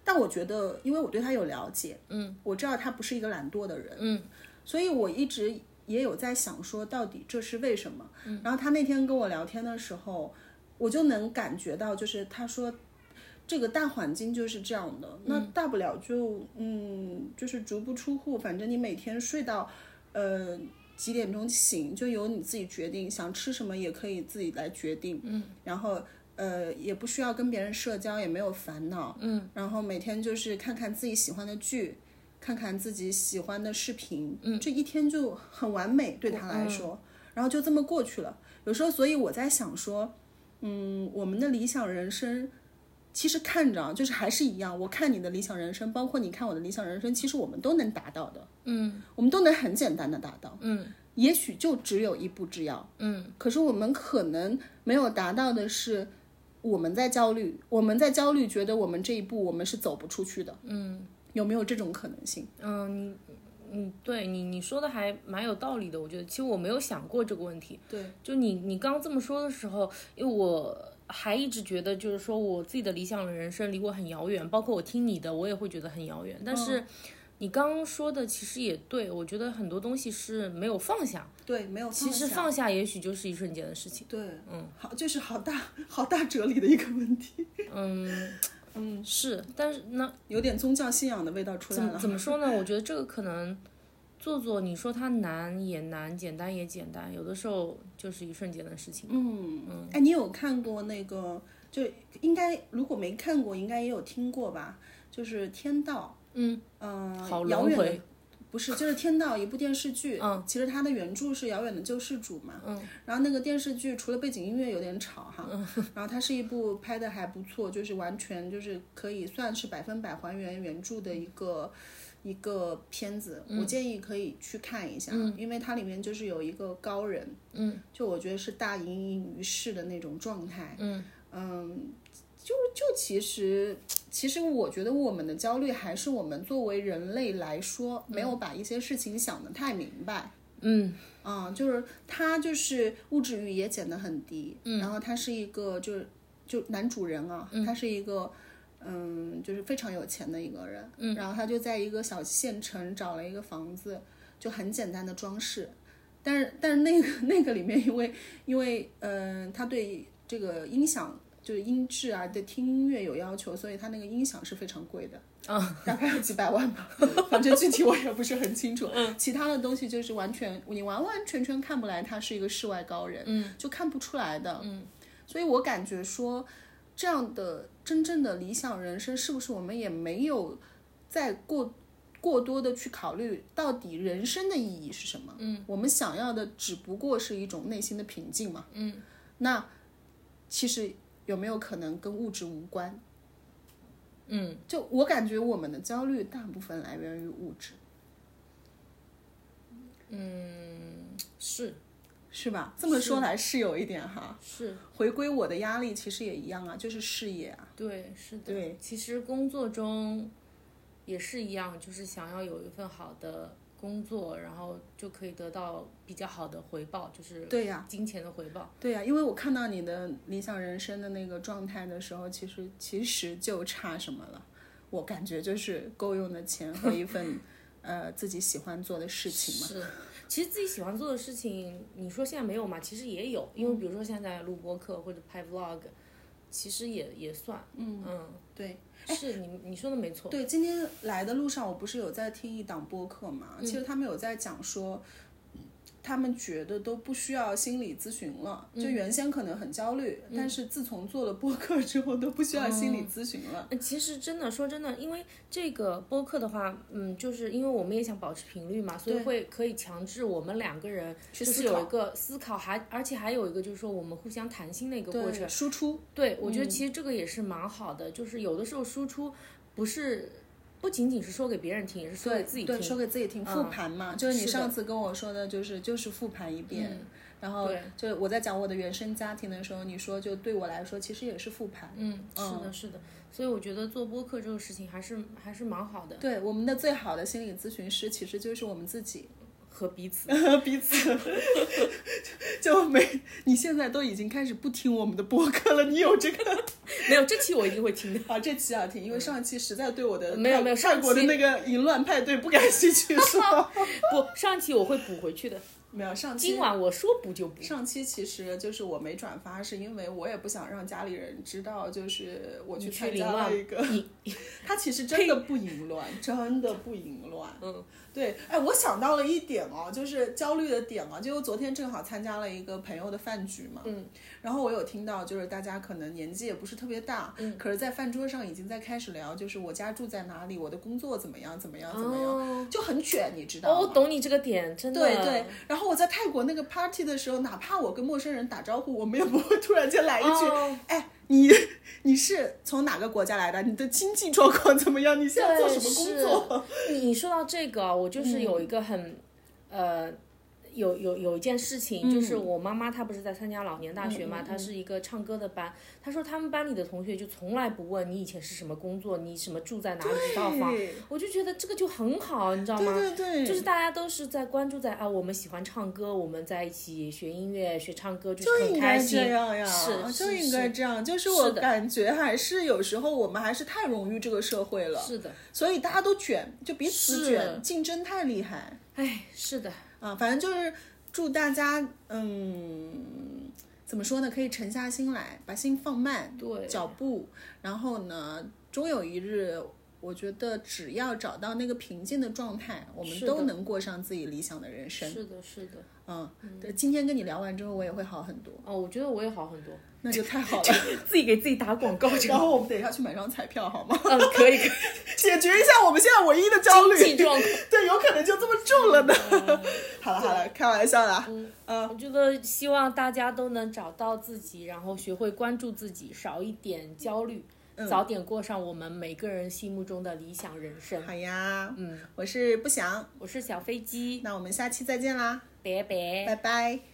Speaker 2: 但我觉得，因为我对他有了解，嗯，我知道他不是一个懒惰的人，
Speaker 1: 嗯，
Speaker 2: 所以我一直也有在想说，到底这是为什么？嗯，然后他那天跟我聊天的时候，我就能感觉到，就是他说。这个大环境就是这样的，那大不了就嗯，就是足不出户，反正你每天睡到呃几点钟醒，就由你自己决定，想吃什么也可以自己来决定，嗯，然后呃也不需要跟别人社交，也没有烦恼，嗯，然后每天就是看看自己喜欢的剧，看看自己喜欢的视频，嗯，这一天就很完美对他来说，然后就这么过去了。有时候，所以我在想说，嗯，我们的理想人生。其实看着啊，就是还是一样。我看你的理想人生，包括你看我的理想人生，其实我们都能达到的。我们都能很简单的达到，嗯，也许就只有一步之遥，嗯，可是我们可能没有达到的是，我们在焦虑，我们在焦虑，觉得我们这一步我们是走不出去的，嗯，有没有这种可能性？
Speaker 1: 嗯，你嗯，对你你说的还蛮有道理的，我觉得其实我没有想过这个问题。
Speaker 2: 对，
Speaker 1: 就你你刚这么说的时候，因为我还一直觉得就是说我自己的理想人生离我很遥远，包括我听你的，我也会觉得很遥远。但
Speaker 2: 嗯
Speaker 1: 是你刚刚说的其实也对，我觉得很多东西是没有放下，
Speaker 2: 对，没有哦放下，
Speaker 1: 其实放下也许就是一瞬间的事情。
Speaker 2: 对，嗯，好，就是好大好大哲理的一个问题，
Speaker 1: 嗯，是，但是那
Speaker 2: 有点宗教信仰的味道出
Speaker 1: 怎
Speaker 2: 来
Speaker 1: 么
Speaker 2: 了，
Speaker 1: 怎么说呢？我觉得这个可能做做，你说它难也难，简单也简单，有的时候就是一瞬间的事情。
Speaker 2: 嗯，哎，你有看过那个就应该如果没看过，应该也有听过吧？就是《天道》，嗯嗯、呃
Speaker 1: 好
Speaker 2: 遥
Speaker 1: 轮
Speaker 2: 远的
Speaker 1: 回，
Speaker 2: 不是，就是《天道》一部电视剧，嗯，其实它的原著是《遥远的救世主》嘛，嗯，然后那个电视剧除了背景音乐有点吵哈， 然后它是一部拍的还不错，就是完全就是可以算是百分百还原原著的一个。一个片子，我建议可以去看一下，因为它里面就是有一个高人，嗯，就我觉得是大隐隐于市的那种状态，嗯就就其实其实我觉得我们的焦虑还是我们作为人类来说，没有把一些事情想得太明白。
Speaker 1: 嗯
Speaker 2: 啊、就是他就是物质欲也减得很低，嗯，然后他是一个就是就男主人啊，他是一个嗯，就是非常有钱的一个人，嗯，然后他就在一个小县城找了一个房子，就很简单的装饰，但是但是那个那个里面因为因为嗯、呃他对这个音响。就是音质啊，对听音乐有要求，所以他那个音响是非常贵的，啊， 大概有几百万 吧，反正具体我也不是很清楚。其他的东西就是完全你完完全全看不来他是一个世外高人，嗯，就看不出来的，嗯，所以我感觉说这样的真正的理想人生，是不是我们也没有再过过多的去考虑到底人生的意义是什么？嗯，我们想要的只不过是一种内心的平静嘛，嗯，那其实有没有可能跟物质无关？
Speaker 1: 嗯，
Speaker 2: 就我感觉我们的焦虑大部分来源于物质，
Speaker 1: 是
Speaker 2: 是吧？这么说来是有一点哈。
Speaker 1: 是，
Speaker 2: 回归我的压力其实也一样啊，就是事业啊。
Speaker 1: 对是的。
Speaker 2: 对，
Speaker 1: 其实工作中也是一样，就是想要有一份好的工作，然后就可以得到比较好的回报，就是
Speaker 2: 对呀、
Speaker 1: 金钱的回报。
Speaker 2: 对呀、因为我看到你的理想人生的那个状态的时候，其实其实就差什么了。我感觉就是够用的钱和一份呃自己喜欢做的事 情嘛。
Speaker 1: 是，其实自己喜欢做的事情，你说现在没有嘛？其实也有，因为比如说现在录播课或者拍 vlog，其实也也算，嗯
Speaker 2: 对
Speaker 1: 是你你说的没错，
Speaker 2: 对，今天来的路上我不是有在听一档播客嘛？其
Speaker 1: 嗯
Speaker 2: 实他们有在讲说。他们觉得都不需要心理咨询了，就
Speaker 1: 嗯
Speaker 2: 原先可能很焦虑，但是自从做了播客之后，都不
Speaker 1: 哦
Speaker 2: 需要心理咨询了。
Speaker 1: 呃其实真的说真的，因为这个播客的话，嗯，就是因为我们也想保持频率嘛，所以会可以强制我们两个人
Speaker 2: 去
Speaker 1: 就是
Speaker 2: 思考
Speaker 1: 有一个思考，还而且还有一个就是说我们互相谈心的一个过程。
Speaker 2: 对，嗯输出
Speaker 1: 对，我觉得其实这个也是蛮好的，就是有的时候输出不是不仅仅是说给别人听，也是说给自己
Speaker 2: 对，
Speaker 1: 听。嗯
Speaker 2: 说给自己听。复盘嘛，就是你上次跟我说的，就是就是复盘一遍。然
Speaker 1: 嗯
Speaker 2: 后
Speaker 1: 对
Speaker 2: 就是我在讲我的原生家庭的时候，你说就对我来说其实也是复盘。
Speaker 1: 嗯，是的，是的，所以我觉得做播客这个事情还是还是蛮好的，
Speaker 2: 对，我们的最好的心理咨询师其实就是我们自己，
Speaker 1: 和 彼此。
Speaker 2: 彼此 就没。你现在都已经开始不听我们的播客了，你有这个
Speaker 1: 没有，这期我一定会听的。
Speaker 2: 啊？这期要听，因为上一期实在对我的
Speaker 1: 嗯没有
Speaker 2: 泰
Speaker 1: 没有
Speaker 2: 泰
Speaker 1: 上
Speaker 2: 国的
Speaker 1: 期
Speaker 2: 那个淫乱派对不感 兴趣，是吧？
Speaker 1: 不，上期我会补回去的。
Speaker 2: 没有上期
Speaker 1: 今晚我说补就补。
Speaker 2: 上期其实就是我没转发，是因为我也不想让家里人知道，就是我去
Speaker 1: 你
Speaker 2: 参
Speaker 1: 去
Speaker 2: 加
Speaker 1: 凌乱
Speaker 2: 了一个。他其实真的不淫乱，真的不淫乱。
Speaker 1: 嗯，
Speaker 2: 对，哎，我想到了一点哦，就是焦虑的点哦，就昨天正好参加了一个朋友的饭局嘛。嗯。然后我有听到，就是大家可能年纪也不是特别大，嗯，可是，在饭桌上已经在开始聊，就是我家住在哪里，我的工作怎么样，怎么样，怎么样，
Speaker 1: 哦
Speaker 2: 就很卷，你知道吗？
Speaker 1: 哦，嗯我懂你这个点，真的。
Speaker 2: 对对，然后我在泰国那个 party 的时候，哪怕我跟陌生人打招呼，我们也不会突然间来一句：“
Speaker 1: 哦
Speaker 2: 哎，你你是从哪个国家来的？你的经济状况怎么样？你现在做什么工作
Speaker 1: 是？哦你说到这个，我就是有
Speaker 2: 嗯
Speaker 1: 一个很，呃。有有有一件事情，就是
Speaker 2: 嗯
Speaker 1: 我妈妈她不是在参加老年大学嘛，她是一个唱歌的班。她说他们班里的同学就从来不问你以前是什么工作，你什么住在哪里几套房
Speaker 2: 对，
Speaker 1: 我就觉得这个就很好，你知道？”吗？
Speaker 2: 对对对，
Speaker 1: 就是大家都是在关注在啊，我们喜欢唱歌，我们在一起学音乐、学唱歌，就
Speaker 2: 就是
Speaker 1: 很
Speaker 2: 应
Speaker 1: 开
Speaker 2: 该
Speaker 1: 心。
Speaker 2: 这样呀，
Speaker 1: 是
Speaker 2: 就是应该
Speaker 1: 是
Speaker 2: 这样。就是
Speaker 1: 是
Speaker 2: 我
Speaker 1: 的
Speaker 2: 感觉还是有时候我们还是太融于这个社会了，
Speaker 1: 是的，
Speaker 2: 所以大家都卷，就彼
Speaker 1: 是
Speaker 2: 此卷，竞争太厉害。
Speaker 1: 哎，是的，
Speaker 2: 啊，反正就是祝大家，嗯，怎么说呢？可以沉下心来，把心放慢
Speaker 1: 对，
Speaker 2: 脚步，然后呢，终有一日，我觉得只要找到那个平静的状态，我们
Speaker 1: 是
Speaker 2: 都
Speaker 1: 的
Speaker 2: 能过上自己理想的人生。
Speaker 1: 是的，是的。
Speaker 2: 嗯，对，今天跟你聊完之后，我也会好很多，
Speaker 1: 哦，我觉得我也好 很多，
Speaker 2: 那就太好了。
Speaker 1: 自己给自己打广告这个
Speaker 2: 然后我们等一下去买张彩票好吗？
Speaker 1: 嗯，可以，可以。
Speaker 2: 解决一下我们现在唯一的焦虑。
Speaker 1: 经济状况
Speaker 2: 对，有可能就这么中了呢。
Speaker 1: 嗯
Speaker 2: 好了好了，开玩笑啦。 嗯
Speaker 1: 我觉得希望大家都能找到自己，然后学会关注自己，少一点焦虑，
Speaker 2: 嗯
Speaker 1: 早点过上我们每个人心目中的理想人生。
Speaker 2: 好呀，嗯，我是不祥，
Speaker 1: 我是小飞机，
Speaker 2: 那我们下期再见啦，
Speaker 1: 拜拜
Speaker 2: 拜拜。